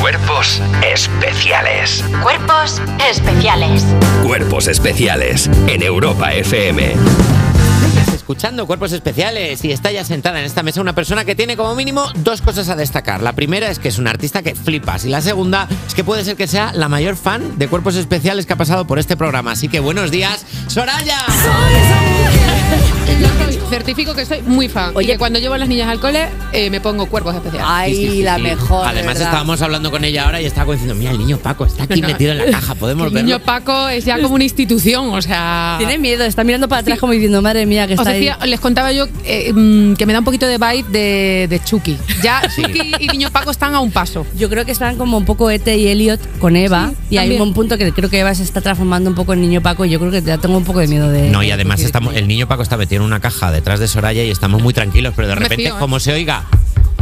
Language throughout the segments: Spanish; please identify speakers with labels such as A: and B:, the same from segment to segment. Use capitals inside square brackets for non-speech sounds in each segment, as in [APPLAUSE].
A: Cuerpos especiales.
B: Cuerpos especiales.
A: Cuerpos especiales en Europa FM.
C: Estás escuchando Cuerpos Especiales y está ya sentada en esta mesa una persona que tiene como mínimo dos cosas a destacar. La primera es que es un artista que flipas y la segunda es que puede ser que sea la mayor fan de Cuerpos Especiales que ha pasado por este programa. Así que buenos días, Soraya.
D: Yo soy- certifico que soy muy fan. Oye, cuando llevo a las niñas al cole, eh, me pongo cuerpos especiales.
E: Ay,
C: Sí, sí, sí,
E: la
C: sí.
E: mejor. de
C: Además
E: verdad.
C: estábamos hablando con ella ahora y estaba diciendo, mira, el niño Paco está aquí metido en la caja, podemos
D: El
C: verlo.
D: niño Paco es ya como una institución, o sea.
E: Tiene miedo, está mirando para atrás como diciendo, madre mía, que
D: Os
E: está
D: decía-
E: ahí.
D: les contaba yo eh, mm, que me da un poquito de vibe de, de Chucky. Ya Chucky y Niño Paco están a
C: [LAUGHS]
D: un paso.
E: Yo creo que están como un poco Ete y Elliot con Eva. y hay un
D: también.
E: buen punto que creo que Eva se está transformando un poco en niño Paco. Y yo creo que ya tengo un poco de miedo de.
C: No, y además estamos, el niño Paco está metido en una caja detrás de Soraya y estamos muy tranquilos, pero de
D: Me
C: repente,
D: fío, ¿eh?
C: como se oiga,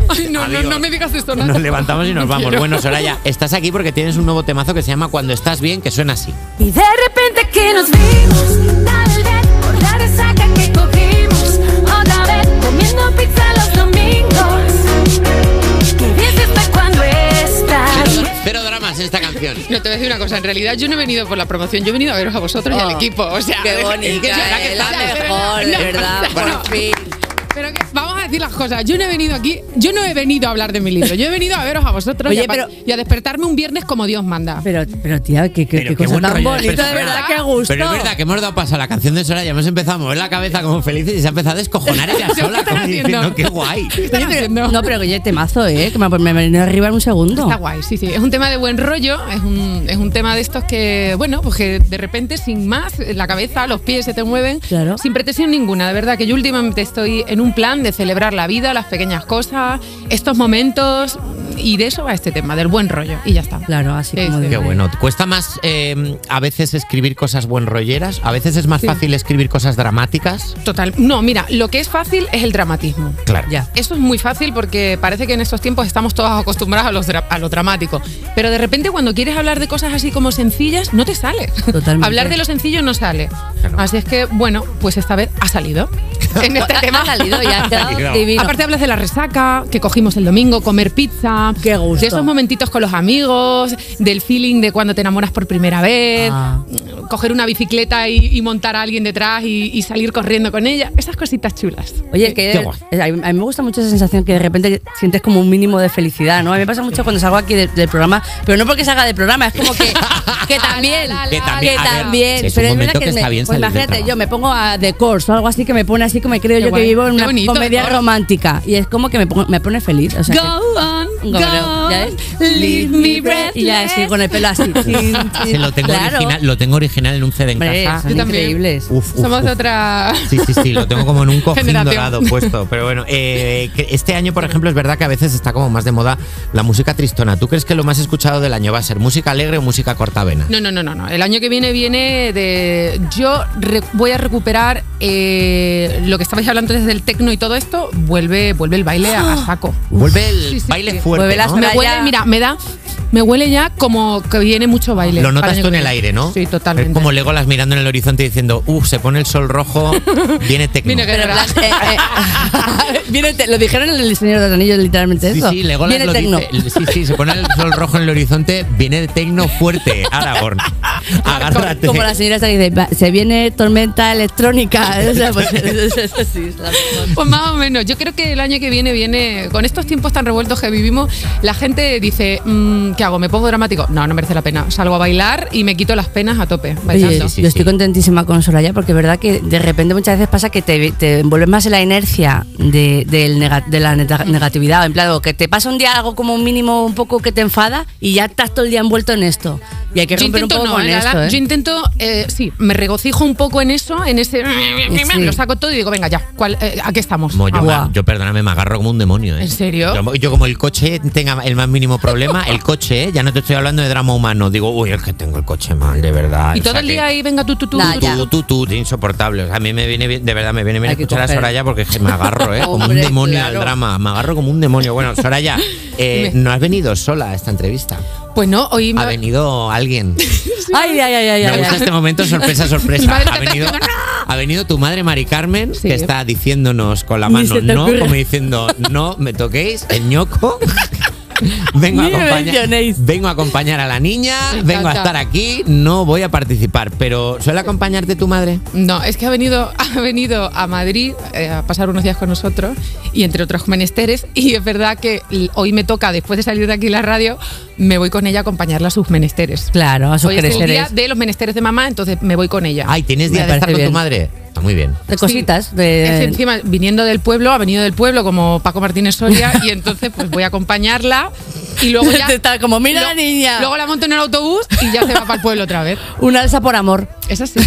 D: Ay, no, no,
C: Adiós.
D: no me digas esto, no.
C: nos levantamos y nos vamos.
D: quiero.
C: Bueno, Soraya, estás aquí porque tienes un nuevo temazo que se llama Cuando estás bien, que suena así.
F: Y de repente que nos vimos, tal vez por la resaca que cogimos, otra vez comiendo pizza los domingos. ¿Qué dices hasta cuando estás?
C: Cero dramas en esta canción.
D: No, te voy a decir una cosa. En realidad, yo no he venido por la promoción. Yo he venido a veros a vosotros y al
E: Oh,
D: equipo. O sea,
E: Qué
D: deja- [LAUGHS]
E: bonita,
D: es
E: eh,
D: verdad
E: es la
D: estamos-
E: mejor,
D: No,
E: de verdad,
D: no, no.
E: por fin.
D: Pero que vamos a decir las cosas. Yo no he venido aquí, yo no he venido a hablar de mi libro. Yo he venido a veros a vosotros
E: Oye,
D: y, a, pa-
E: pero-
D: y a despertarme un viernes como Dios manda.
E: Pero, pero tía, qué, qué,
C: Pero
E: qué
C: qué
E: cosa
C: buen
E: tan
C: rollo de
E: bonita, de
C: persona.
E: verdad, qué gusto.
C: Pero es verdad que hemos dado paso a la canción de Soraya, hemos empezado a mover la cabeza como felices y se ha empezado a descojonar
E: [LAUGHS]
C: ella
D: ¿Qué
C: sola.
D: están
C: como
D: haciendo?
C: diciendo, qué guay.
D: ¿Qué están
E: Oye, pero-
D: haciendo?
E: no, pero oye, temazo, ¿eh? Que me, me venido arriba en un segundo.
D: Está guay, sí, sí. Es un tema de buen rollo, es un, es un tema de estos que, bueno, pues que de repente, sin más, la cabeza, los pies se te mueven,
E: Claro.
D: sin pretensión ninguna. De verdad que yo últimamente estoy en un plan de celebrar la vida, las pequeñas cosas, estos momentos, y de eso va este tema, del buen rollo, y ya está.
E: Claro, así
D: Sí,
E: como
D: sí.
E: de.
C: Qué bueno. Cuesta más eh, a veces escribir cosas buenrolleras, a veces es más fácil escribir cosas dramáticas.
D: Total. No, mira, lo que es fácil es el dramatismo.
C: Claro.
E: Ya.
D: Eso es muy fácil porque parece que en estos tiempos estamos todos acostumbrados a, los dra- a lo dramático. Pero de repente cuando quieres hablar de cosas así como sencillas, no te sale.
E: Totalmente.
D: hablar de lo sencillo no sale.
C: Claro.
D: Así es que, bueno, pues esta vez ha salido. En este tema
E: Ha salido
C: [LAUGHS]
D: [LAUGHS]
E: y ha
C: salido.
E: quedado divino.
D: Aparte hablas de la resaca, que cogimos el domingo, comer pizza,
E: Qué gusto.
D: de esos momentitos con los amigos, del feeling de cuando te enamoras por primera vez,
E: Ah.
D: coger una bicicleta y, y montar a alguien detrás y, y salir corriendo con ella, esas cositas chulas.
E: Oye, que eh,
C: Qué guay.
E: a mí a mí me gusta mucho esa sensación que de repente sientes como un mínimo de felicidad, ¿no? A mí me pasa mucho cuando salgo aquí de- del programa, pero no porque salga del programa, es como
D: [LAUGHS]
E: que, que también,
D: La, la, la,
E: que
C: Que
E: también,
C: también, a ver, sí, es un
E: pero es
C: momento
E: verdad que,
C: que está
E: me-
C: bien
E: pues
C: salir del
E: imagínate,
C: trabajo.
E: yo me pongo a The Course o algo así que me pone así como me creo
D: Qué
E: yo
D: guay.
E: que vivo
D: Qué
E: en una
D: bonito,
E: comedia
D: The Course.
E: romántica y es como que me, pongo- me pone feliz, o sea, que-
D: Go on,
E: un
D: go
E: cabrón, ¿ya
D: on,
E: ves?
D: leave me breathless.
E: Y ya así con el pelo así. chin,
C: [LAUGHS] Se
E: chin.
C: lo tengo
E: Claro.
C: original, lo tengo original en un CD en
E: Hombre,
C: casa.
E: son
D: Yo también.
E: increíbles.
C: Uf, uf,
D: Somos
C: uf.
D: de otra...
C: Sí, sí, sí, lo tengo como en un cojín
D: Generación.
C: dorado puesto. Pero bueno, eh, que este año, por ejemplo, es verdad que a veces está como más de moda la música tristona. ¿Tú crees que lo más escuchado del año va a ser música alegre o música cortavena?
D: No, no, no, no, no. El año que viene viene de. Yo re- voy a recuperar eh, lo que estabais hablando antes del tecno y todo esto. Vuelve, vuelve el baile a, a saco.
C: Vuelve el
D: Sí, sí,
C: baile
D: sí.
C: fuerte.
E: Mueve las
C: ¿no?
D: Me
E: Ahora
D: huele,
E: Ah. ya-
D: mira, me da. Me huele ya como que viene mucho baile.
C: Lo
D: para
C: notas
D: año
C: tú en
D: que
C: el
D: viene.
C: aire, ¿no?
D: Sí, totalmente.
C: Es como Legolas mirando en el horizonte diciendo, uff, se pone el sol rojo, viene tecno.
D: Mira que-
E: Pero en plan, eh, eh, [LAUGHS] viene te- lo dijeron en el Señor de los Anillos, literalmente
C: Sí,
E: eso.
C: sí, Legolas
E: Viene
C: lo
E: tecno.
C: dice. Sí, sí, se pone el sol rojo en el horizonte, viene tecno fuerte, Aragorn. Agárrate.
E: Ah, Como la señora esta que dice, "Va, se viene tormenta electrónica. [LAUGHS] O sea, pues, eso, eso sí, es la mejor.
D: Pues más o menos. Yo creo que el año que viene viene. Con estos tiempos tan revueltos que vivimos, la gente dice: mm, ¿Qué hago? ¿Me pongo dramático? No, no merece la pena. Salgo a bailar y me quito las penas a tope. Bailando.
E: Oye,
C: sí, sí.
E: yo estoy contentísima con Soraya porque es verdad que de repente muchas veces pasa que te, te envuelves más en la inercia de, del nega- de la neta- negatividad. En plan, o que te pasa un día algo como un mínimo un poco que te enfada y ya estás todo el día envuelto en esto. Y hay que
D: Yo
E: romper un
D: intento,
E: poco
D: no,
E: con
D: la-
E: esto.
D: la-
E: ¿eh?
D: yo intento, eh, sí, me regocijo un poco en eso, en ese. Lo saco todo y digo, venga, ya, ¿cuál, eh, ¿a qué estamos?
C: Mo, yo,
E: Agua.
C: me- yo, perdóname, me agarro como un demonio, ¿eh?
D: ¿En serio?
C: Yo, yo como el coche tenga el más mínimo
D: [LAUGHS]
C: problema, el coche, ¿eh? ya no te estoy hablando de drama humano, digo, uy, es que tengo el coche mal, de verdad.
D: y
C: O sea
D: todo el día
C: que-
D: ahí, venga, tú, tú, tú.
E: Nah,
D: tú,
E: ya.
D: tú,
C: Tú, tú, tú, de insoportable. O sea, a mí me viene bien, de verdad, me viene bien
E: Hay que
C: escuchar a
E: coger.
C: Soraya porque es que me agarro,
D: [LAUGHS]
C: ¿eh? Como un
E: Hombre,
C: demonio al
E: claro.
C: drama. Me agarro como un demonio. Bueno, Soraya, eh, no has venido sola a esta entrevista.
D: tú. Pues no, hoy me.
C: Ha venido alguien.
E: Ay, ay, ay, ay,
C: Me
E: ay,
C: gusta
E: ay.
C: este momento, sorpresa,
D: Mi
C: sorpresa.
D: madre
C: Ha
D: te está
C: venido,
D: haciendo,
C: ha venido tu madre, Mari Carmen,
D: Sí.
C: que está diciéndonos con la
E: Ni
C: mano
E: se te
C: no,
E: ocurra. [LAUGHS]
C: como diciendo no me toquéis, el ñoco. Vengo a,
E: Ni me
C: acompañar,
E: mencionéis.
C: vengo a acompañar a la niña,
D: Me
C: vengo a
D: encanta.
C: estar aquí, no voy a participar, pero ¿suele acompañarte tu madre?
D: No, es que ha venido, [LAUGHS] ha venido a Madrid eh, a pasar unos días con nosotros y entre otros menesteres. Y es verdad que l- hoy me toca, después de salir de aquí la radio, me voy con ella a acompañarla a sus menesteres.
E: Claro, a sus
D: hoy es el día
E: creceres.
D: de los menesteres de mamá, entonces me voy con ella.
C: Ay, ¿tienes día
E: Me
C: de estar
E: parece
C: con tu
E: bien.
C: madre? Está muy bien.
E: De cositas.
D: Es
E: De,
D: encima, viniendo del pueblo, ha venido del pueblo como Paco Martínez Soria y entonces pues voy a acompañarla y luego
E: [LAUGHS]
D: ya...
E: De estar como, "Mira la niña".
D: Luego la monto en el autobús y ya se va para el pueblo otra vez.
E: una alza por amor.
D: Es
E: [LAUGHS]
D: así.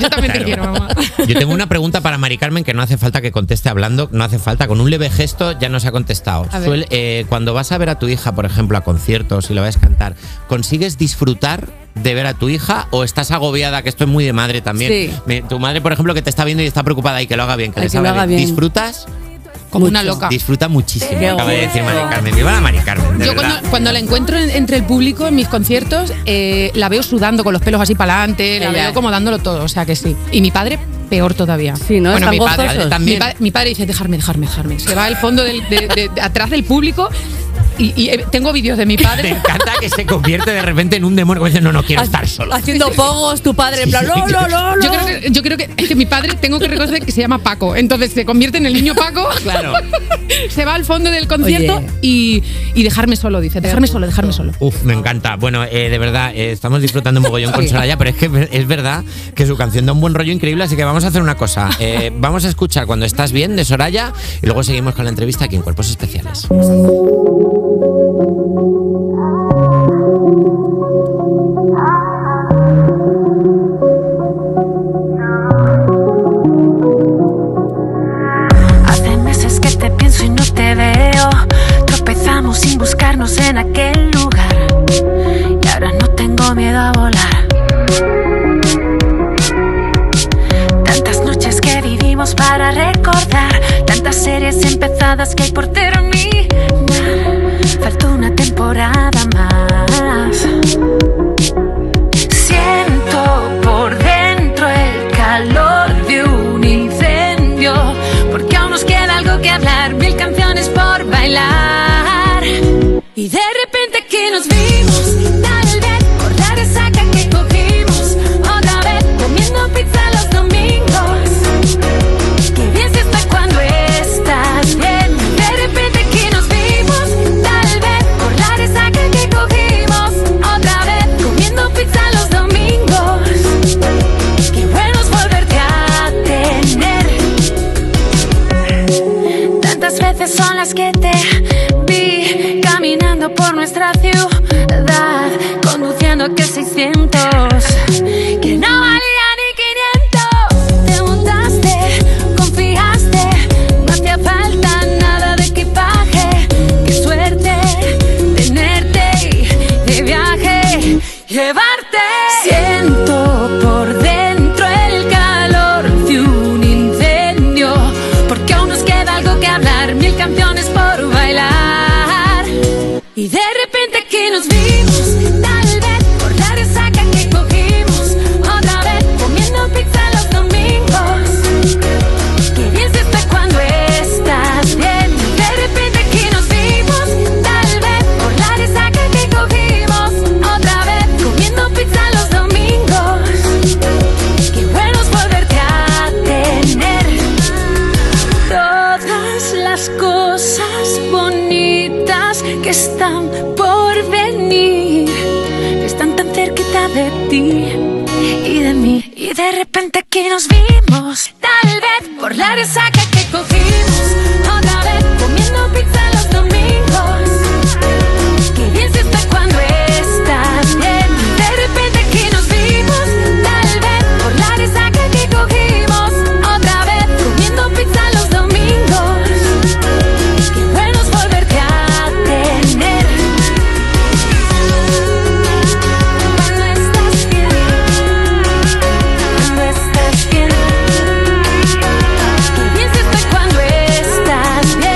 D: Yo también te
C: Claro.
D: quiero, mamá.
C: Yo tengo una pregunta para Mari Carmen que no hace falta que conteste hablando, no hace falta, con un leve gesto ya nos ha contestado.
D: A ver.
C: Suele- eh, cuando vas a ver a tu hija, por ejemplo, a conciertos y la vas a cantar, ¿consigues disfrutar de ver a tu hija o estás agobiada, que esto es muy de madre también?
E: Sí.
C: Me- tu madre, por ejemplo, que te está viendo y está preocupada y que lo haga bien, que
E: Ay,
C: les
E: que lo
C: habla
E: haga
C: bien.
E: bien.
C: ¿Disfrutas?
D: Como una
E: Mucho.
D: loca.
C: Disfruta muchísimo,
E: Qué
C: acaba de
E: guay.
C: decir Mari Carmen. Viva la Mari Carmen, de
D: Yo
C: verdad.
D: cuando, cuando la encuentro en- entre el público en mis conciertos, eh, la veo sudando con los pelos así para adelante, la
E: Ella.
D: veo como dándolo todo, o sea que sí. Y mi padre, peor todavía.
E: Sí, ¿no?
C: Bueno,
E: Están
C: mi padre
E: gozosos.
C: también.
D: Mi, pa- mi padre dice, dejarme, dejarme, dejarme. Se va al fondo, del, de, de- de- atrás del público y, y, eh, tengo vídeos de mi
C: Me
D: padre.
C: encanta que se convierte de repente en un demonio. que dice, No, no quiero estar solo. [LAUGHS]
E: Haciendo pogos, tu padre, en plan, no, no, no, no.
D: Yo creo, que, yo creo que es que mi padre tengo que reconocer que se llama Paco, entonces se convierte en el niño Paco.
C: Claro.
D: [LAUGHS] Se va al fondo del concierto
E: Oye.
D: y, y dejarme solo, dice, dejarme solo, dejarme solo.
C: Uf, me encanta. Bueno, eh, de verdad, eh, estamos disfrutando mogollón con Soraya, pero es que es verdad que su canción da un buen rollo increíble, así que vamos a hacer una cosa. Eh, vamos a escuchar Cuando estás bien de Soraya y luego seguimos con la entrevista aquí en Cuerpos Especiales.
F: Hace meses que te pienso y no te veo. Tropezamos sin buscarnos en aquel lugar. Y ahora no tengo miedo a volar. Tantas noches que vivimos para recordar. Tantas series empezadas que hay por terminar. Falta una temporada más. Siento por dentro el calor de un incendio, porque aún nos queda algo que hablar, mil canciones por bailar. Y de repente que nos vimos, tal vez por la resaca que cogimos, otra vez comiendo pizza los domingos. Qué bien se está cuando estás bien. De repente que nos vimos, tal vez por la resaca que cogimos, otra vez comiendo pizza los domingos. Qué bueno es volverte a tener. Tantas veces son las que te vi caminando por nuestra ciudad, conduciendo aquel 600 que no valía ni 500. Te montaste, confiaste, no hacía falta nada de equipaje. Qué suerte tenerte y de viaje llevarte. Siento por dentro el calor de un incendio, porque aún nos queda algo que hablar, mil canciones por bailar. Y de repente que nos vimos, tal vez por la resaca que cogimos, otra vez comiendo pizza los domingos. Qué bien se está cuando estás bien. De repente que nos vimos, tal vez por la resaca que cogimos, otra vez comiendo pizza los domingos. Qué bueno es volverte a tener. Todas las cosas bonitas que están por venir, que están tan cerquita de ti y de mí. Y de repente aquí nos vimos, tal vez por la resaca que cogimos, otra vez comiendo pizza los domingos. Qué bien se está cuando estás bien. De repente aquí nos vimos, tal vez por la resaca que cogimos, otra vez comiendo pizza los domingos. Qué bueno es volverte a tener. Cuando estás bien, cuando estás bien, qué bien se está cuando estás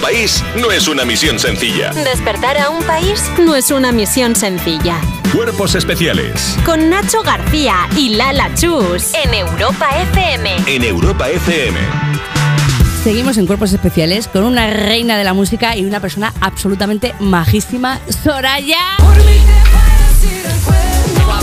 G: país no es una misión sencilla.
B: Despertar a un país no es una misión sencilla.
G: Cuerpos especiales
B: Con Nacho García y Lala Chus en Europa FM.
G: en Europa FM.
E: Seguimos en Cuerpos Especiales con una reina de la música y una persona absolutamente majísima, Soraya.
C: Para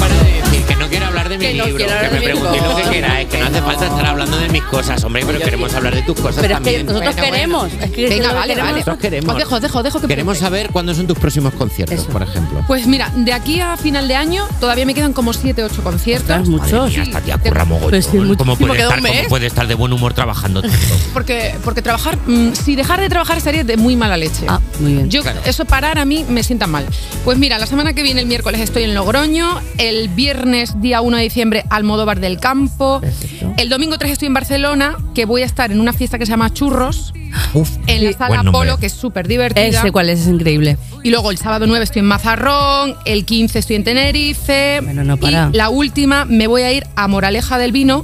C: de decir que no quiero hablar de mi
E: Que no
C: libro,
E: quiero hablar
C: que me
E: de mi
C: preguntéis lo
E: libro.
C: que queráis, que no hace falta estar hablando de mis cosas, hombre, pero queremos hablar de tus cosas
E: Pero es que
C: también.
E: nosotros
D: Bueno,
E: queremos.
D: bueno.
E: es que
D: Venga,
E: nosotros
D: vale,
E: queremos.
D: vale.
C: Nosotros queremos.
D: Os dejo, os dejo, os dejo que
C: Queremos
D: pregunte.
C: saber cuándo son tus próximos conciertos,
E: Eso.
C: por ejemplo.
D: Pues mira, de aquí a final de año todavía me quedan como 7, 8 conciertos.
E: Ostras, muchos.
C: Mira, esta tía curra
E: Pues sí,
C: mogollón. ¿Cómo
E: muchísimo,
C: puede,
E: queda
C: estar,
E: un mes.
C: cómo puede estar de buen humor trabajando
E: [LAUGHS]
C: tanto?
D: Porque, porque trabajar, mm, si dejar de trabajar estaría de muy mala leche.
E: Ah, muy bien.
D: Yo,
C: Claro.
D: Eso parar a mí me sienta mal. Pues mira, la semana que viene, el miércoles, estoy en Logroño. El viernes, día 1 de diciembre, Almodóvar del Campo.
E: Perfecto.
D: El domingo 3 estoy en Barcelona, que voy a estar en una fiesta que se llama Churros,
C: Uf,
D: en la sala
C: buen nombre.
D: Polo, que es súper divertida.
E: Ese cuál es, es increíble. [LAUGHS]
D: Y luego el sábado 9 estoy en Mazarrón, el 15 estoy en Tenerife.
E: Bueno, no para.
D: Y la última me voy a ir a Moraleja del Vino.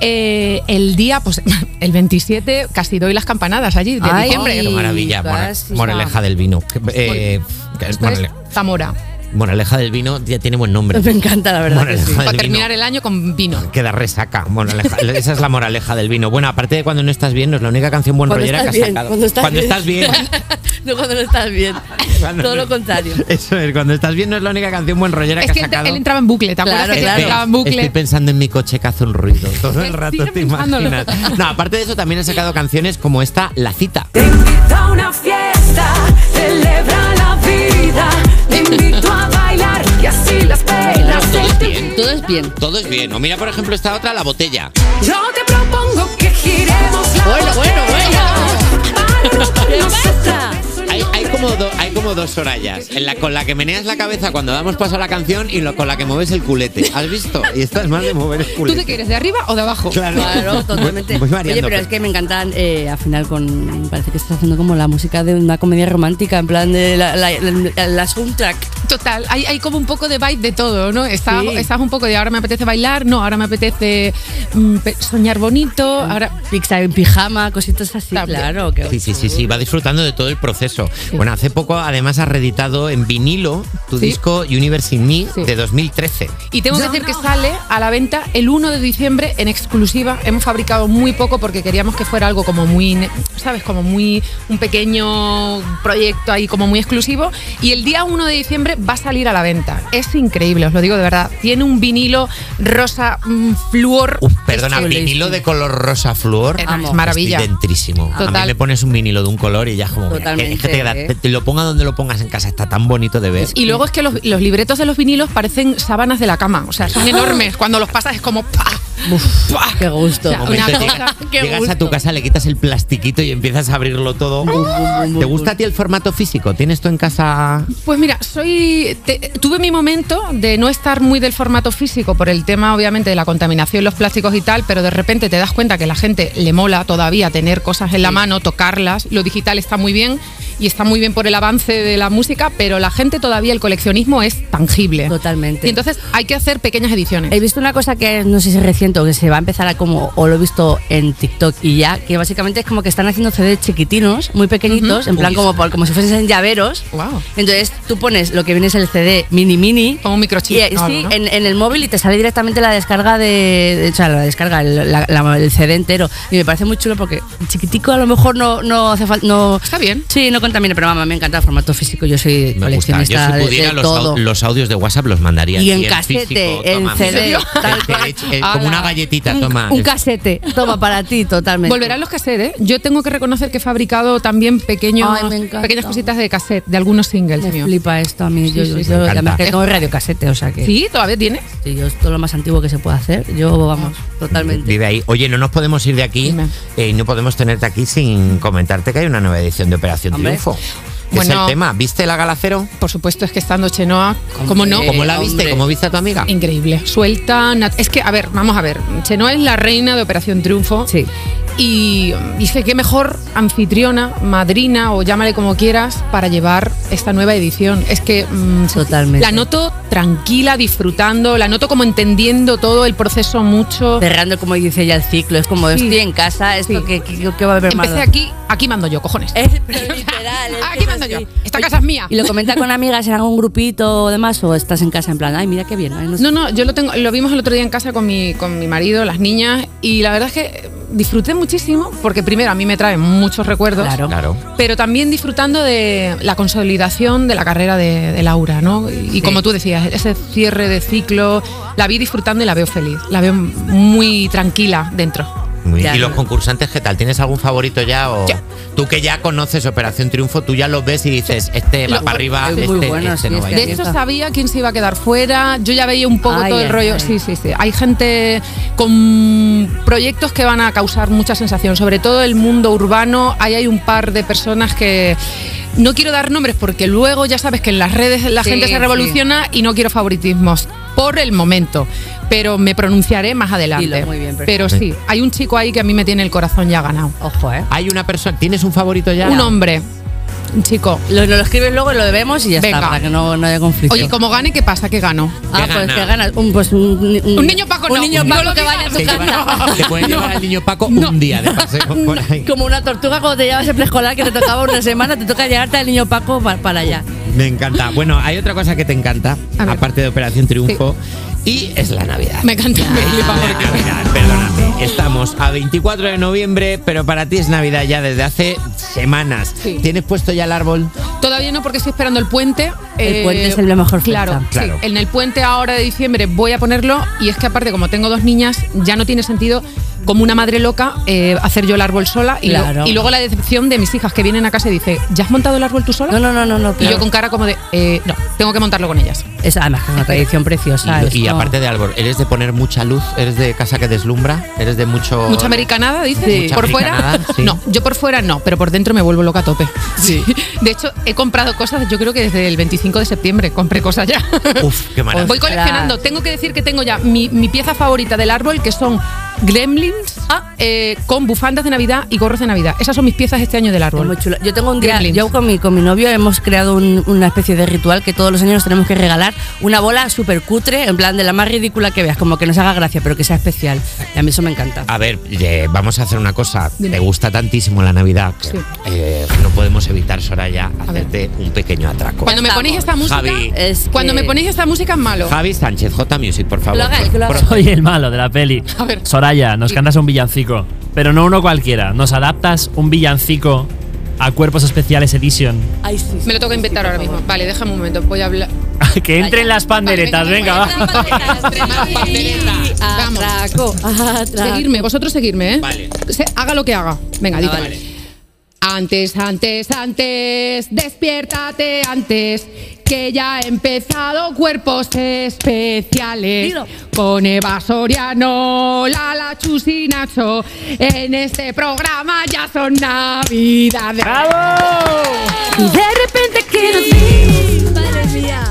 D: eh, el día, pues [LAUGHS] el 27, casi doy las campanadas allí, de
E: Ay,
D: diciembre.
C: Qué maravilla, Mora-
E: Casi.
C: Moraleja del Vino. Que, eh, que es
D: Entonces,
C: Morale-
D: Zamora.
C: Moraleja del Vino ya tiene buen nombre.
E: Me encanta, la verdad. que
C: Moraleja
E: sí.
C: del
D: Para
C: Vino.
D: terminar el año con vino.
C: Queda resaca. moraleja. [LAUGHS] Esa es la moraleja del vino. Bueno, aparte de cuando no estás bien, no es la única canción buen
E: Cuando
C: rollera que
E: estás
C: has
E: bien,
C: sacado.
E: cuando estás bien.
D: [LAUGHS]
C: estás bien.
E: [LAUGHS] No cuando no estás bien.
C: Cuando
E: Todo
C: no-
E: lo contrario.
C: Eso es, cuando estás bien no es la única canción buen rollera
D: Es que
C: has
D: él,
C: sacado.
D: él entraba en bucle, ¿te acuerdas
E: Claro,
D: que él
E: claro.
D: entraba en
C: Estoy
D: bucle?
C: pensando en mi coche que hace un ruido todo el
D: Sigue
C: rato, te
D: pensándolo.
C: imaginas. No, aparte de eso también he sacado canciones como esta, La Cita.
F: Te invito a una fiesta, celebra la vida. Te invito a bailar y así las penas
C: Todo
F: se
C: es
F: te
C: bien.
E: Todo es bien.
C: Todo es bien. O mira, por ejemplo, esta otra, La Botella.
F: Yo te propongo que giremos la
E: Bueno, bueno,
F: bueno.
C: Hay, hay como, do- hay como dos Sorayas. En la, con la que meneas la cabeza cuando damos paso a la canción y lo- con la que mueves el culete. ¿Has visto? Y esta es más de mover el
D: ¿Tú
C: culete.
D: te quieres de arriba o de abajo?
E: Claro, totalmente.
C: Voy- voy variando,
E: Oye, pero
C: pero-
E: es que me encantan eh, al final con. Parece que estás haciendo como la música de una comedia romántica, en plan de la, la, la- la soundtrack.
D: Total, hay, hay como un poco de vibe de todo, ¿no? Estás,
E: Sí.
D: estás un poco de ahora me apetece bailar, no, ahora me apetece mm, pe- soñar bonito, ahora...
E: Pixar en pijama, cositas así.
D: También.
E: Claro, que.
C: Sí, sí, sí, sí, va disfrutando de todo el proceso. Bueno, hace poco además has reeditado en vinilo tu
D: Sí.
C: disco Universe in Me
D: Sí.
C: de 2013.
D: Y tengo que decir que sale a la venta el 1 de diciembre en exclusiva. Hemos fabricado muy poco porque queríamos que fuera algo como muy, ne- ¿sabes? Como muy, un pequeño proyecto ahí como muy exclusivo. Y el día 1 de diciembre va a salir a la venta. Es increíble, os lo digo de verdad. Tiene un vinilo rosa mm, flúor.
C: Uh, perdona,
E: Es que-
C: vinilo de color rosa flúor.
D: Es
E: Amo.
D: maravilla.
C: Estoy dentrísimo. A mí
D: Total.
C: me pones un vinilo de un color y ya es como. mira,
E: Totalmente,
C: es que te queda-
E: ¿eh?
C: te- te lo ponga donde lo pongas en casa, está tan bonito de ver.
D: Y luego es que los, los libretos de los vinilos parecen sábanas de la cama, o sea, son enormes. Cuando los pasas es como ¡pa! ¡pa!
E: Qué gusto.
D: O sea,
C: Un momento,
D: una
C: este llega-
D: cosa-
E: qué
C: llegas a
E: gusto.
C: tu casa, le quitas el plastiquito y empiezas a abrirlo todo.
E: bum, bum, bum,
C: ¿Te
E: bum.
C: gusta a ti el formato físico? ¿Tienes tú en casa
D: Pues mira, soy te- tuve mi momento de no estar muy del formato físico por el tema obviamente de la contaminación, los plásticos y tal, pero de repente te das cuenta que a la gente le mola todavía tener cosas en la mano, tocarlas, lo digital está muy bien y está muy bien por el avance de la música, pero la gente todavía el coleccionismo es tangible.
E: Totalmente.
D: Y entonces hay que hacer pequeñas ediciones.
E: He visto una cosa que no sé si es reciente o que se va a empezar a como, o lo he visto en TikTok y ya, que básicamente es como que están haciendo CDs chiquitinos, muy pequeñitos, en plan
C: Uy.
E: como, por- como si fuesen llaveros.
D: Guau.
E: Entonces tú pones lo que viene es el CD mini mini.
D: Como un microchip,
E: Y, eh,
D: o algo,
E: sí,
D: ¿no?
E: en, en el móvil y te sale directamente la descarga de. de- o sea, la descarga, el, la- la- el CD entero. Y me parece muy chulo porque chiquitico a lo mejor no, no hace falta. No,
D: Está bien.
E: Sí, no contamina, pero mamá, me encanta el formato físico. Yo soy
C: Me gusta. Yo
E: coleccionista
C: si
E: de-
C: pudiera
E: de
C: los,
E: todo.
C: au- los audios de WhatsApp los mandaría.
E: Y en
C: así,
E: casete,
C: físico,
E: en
C: toma,
E: CD,
C: mira.
E: tal
C: El-
E: cual.
C: el- el- eh, Como una
D: Ala.
C: galletita,
E: Un-
C: toma.
E: Un casete. Toma, para ti, totalmente.
D: Volverán los cassettes, ¿eh? Yo tengo que reconocer que he fabricado también pequeños,
E: Ay, me encanta.
D: pequeñas cositas de cassette, de algunos singles
E: Me
D: míos.
E: flipa esto a mí. yo,
C: sí,
E: yo,
C: me
E: yo-
C: encanta.
E: además que tengo radiocasete, o sea que.
D: Sí, todavía tienes.
E: sí, yo es todo lo más antiguo que se puede hacer. Yo, vamos, totalmente.
C: Vive ahí. Oye, no nos podemos ir de aquí
D: Dime.
C: eh, y no podemos tenerte aquí sin comentarte que hay una nueva edición de Operación
E: Hombre.
C: Triunfo. Que es
D: Bueno.
C: el tema. ¿Viste la gala cero?
D: Por supuesto, es que estando Chenoa, como no?
E: Hombre.
C: ¿Cómo la viste?
E: Eh, hombre.
C: ¿Cómo viste a tu amiga?
D: Increíble. Suelta. nat- Es que, a ver, vamos a ver. Chenoa es la reina de Operación Triunfo.
E: Sí.
D: Y dije, qué mejor anfitriona, madrina o llámale como quieras para llevar esta nueva edición. Es que mm,
E: Totalmente.
D: la noto tranquila, disfrutando, la noto como entendiendo todo el proceso mucho.
E: Cerrando, como dice ya el ciclo, es como
D: Sí.
E: estoy en casa, esto
D: Sí.
E: que, que- que va a haber más.
D: Empecé aquí, aquí mando yo, cojones. [LAUGHS]
E: [LAUGHS] Es, pero literal. es que
D: aquí
E: es
D: mando
E: así.
D: yo. Esta casa es mía.
E: ¿Y lo comenta con amigas en algún grupito o demás? ¿O estás en casa en plan, ay, mira qué bien? ay, no sé.
D: No, no, yo lo tengo, lo vimos el otro día en casa con mi, con mi marido, las niñas, y la verdad es que disfruté muchísimo, porque primero a mí me trae muchos recuerdos.
E: Claro.
C: Claro.
D: Pero también disfrutando de la consolidación de la carrera de, de Laura, ¿no? Y como tú decías, ese cierre de ciclo, la vi disfrutando y la veo feliz, la veo muy tranquila dentro.
C: Muy-
E: Ya.
C: ¿Y los concursantes qué tal? ¿Tienes algún favorito ya? O
D: Ya.
C: tú que ya conoces Operación Triunfo, tú ya los ves y dices, este va
D: Lo-
C: para arriba,
E: es
C: este,
E: muy bueno,
C: este
E: sí,
C: no
E: es
C: va a
E: que-
C: ir".
D: De hecho, sabía quién se iba a quedar fuera. Yo ya veía un poco
E: Ay,
D: todo el
E: ay,
D: rollo.
E: ay.
D: Sí, sí, sí. Hay gente con proyectos que van a causar mucha sensación, sobre todo el mundo urbano. Ahí hay un par de personas que. No quiero dar nombres porque luego ya sabes que en las redes la
E: Sí,
D: gente se
E: sí.
D: revoluciona y no quiero favoritismos por el momento, pero me pronunciaré más adelante.
E: Dilo, muy bien, perfecto.
D: pero sí, hay un chico ahí que a mí me tiene el corazón ya ganado.
E: Ojo, ¿eh?
C: Hay una persona, ¿tienes un favorito ya?
D: Un hombre, un chico.
E: Lo, lo escribes luego, lo debemos y ya
D: Venga.
E: está, para que no, no haya conflicto.
D: Oye, como gane, ¿qué pasa? ¿Qué gano?
E: Ah,
C: ¿Qué
E: pues
C: gana?
E: que ganas. Un, pues, un,
D: Un niño Paco
E: Un
D: no.
E: niño
D: No
E: Paco
D: lo
E: que vaya a
D: digas.
E: tu
C: Te, llevan- [LAUGHS]
E: casa.
C: te pueden llevar al niño Paco un día de
D: [LAUGHS]
C: paseo
E: [LAUGHS]
C: por ahí.
E: Como una tortuga cuando te llevas el preescolar que te tocaba una semana, te toca llevarte al niño Paco pa- para allá.
C: Me encanta. Bueno, hay otra cosa que te encanta,
D: A ver.
C: aparte de Operación Triunfo, y es la Navidad.
D: Me
C: [LAUGHS]
D: encanta.
C: La Navidad, perdóname. Estamos a 24 de noviembre, pero para ti es Navidad ya desde hace semanas.
D: Sí.
C: ¿Tienes puesto ya el árbol?
D: Todavía no, porque estoy esperando el puente. eh,
E: El puente es la mejor fecha.
D: Claro, sí.
C: Claro.
D: en el puente ahora de diciembre voy a ponerlo. Y es que, aparte, como tengo dos niñas, ya no tiene sentido, como una madre loca, eh, hacer yo el árbol sola. Y, lo-
E: Claro.
D: y luego la decepción de mis hijas que vienen a casa y dicen: ¿Ya has montado el árbol tú sola?
E: No, no, no, no. no
D: Y yo
E: claro.
D: con cara como de: eh, No, tengo que montarlo con ellas.
E: Es además que es una tradición preciosa. es
C: Y, y
E: como-
C: aparte de árbol, ¿eres de poner mucha luz? ¿Eres de casa que deslumbra? ¿Eres de mucho...
D: ¿Mucha americanada, dices?
C: Sí.
D: ¿Por
C: Mucha
D: fuera?
C: americanada, sí.
D: No, yo por fuera no, pero por dentro me vuelvo loca a tope. Sí. [LAUGHS] De hecho, he comprado cosas, yo creo que desde el 25 de septiembre compré cosas ya.
C: Uf, qué maravilla.
D: Voy coleccionando. Tengo que decir que tengo ya mi, mi pieza favorita del árbol, que son gremlins
E: Ah.
D: eh, con bufandas de Navidad y gorros de Navidad. Esas son mis piezas este año del
E: Es
D: árbol.
E: muy chulo. Yo tengo un día,
D: Gremlins.
E: yo con mi, con mi novio hemos creado un- una especie de ritual que todos los años nos tenemos que regalar una bola súper cutre, en plan de la más ridícula que veas, como que nos haga gracia, pero que sea especial. Y a mí eso me encanta.
C: A ver, eh, vamos a hacer una cosa.
D: Dime.
C: Te gusta tantísimo la Navidad que
D: Sí.
C: eh, no podemos evitar, Soraya, hacerte un pequeño atraco.
D: Cuando me ponéis esta música,
C: Javi.
E: Es que-
D: cuando me ponéis esta música es malo.
C: Javi Sánchez, J Music, por favor.
E: Lo haga él, que lo haga.
C: Pro-
H: Soy el malo de la peli.
D: A ver.
H: Soraya, nos cantas un villancico, pero no uno cualquiera. Nos adaptas un villancico a Cuerpos Especiales Edition.
E: Ay, sí, sí,
D: Me lo tengo que inventar ahora mismo. Vale, déjame un momento. Voy a hablar.
H: [LAUGHS] que entren las panderetas,
D: Ah, Vale,
H: venga,
D: venga,
H: va.
D: [LAUGHS]
E: sí.
D: Vamos.
E: [LAUGHS] Atraco, atraco.
D: Seguirme, vosotros seguirme, ¿eh?
C: Vale.
D: Se- haga lo que haga. Venga,
E: Ah,
D: dite.
E: vale.
D: Antes, antes, antes, despiértate antes, que ya ha empezado cuerpos especiales.
E: Dilo.
D: Con Eva Soriano, Lala Chus y Nacho, en este programa ya son navidades.
F: Y de repente que nos vimos, madre mía.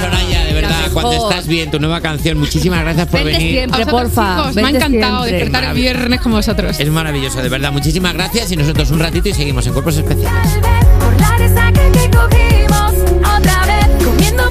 C: Soraya, de verdad,
E: Mejor.
C: cuando estás bien, tu nueva canción. Muchísimas gracias por
E: Vente
C: venir.
E: siempre.
D: A vosotros,
E: porfa,
D: chicos, me ha
E: vente
D: encantado
E: siempre.
D: despertar el
C: Maravilla.
D: viernes con vosotros.
C: Es maravilloso, de verdad. Muchísimas gracias y nosotros un ratito y seguimos en Cuerpos Especiales.
F: Tal vez por la resaca que cogimos otra vez comiendo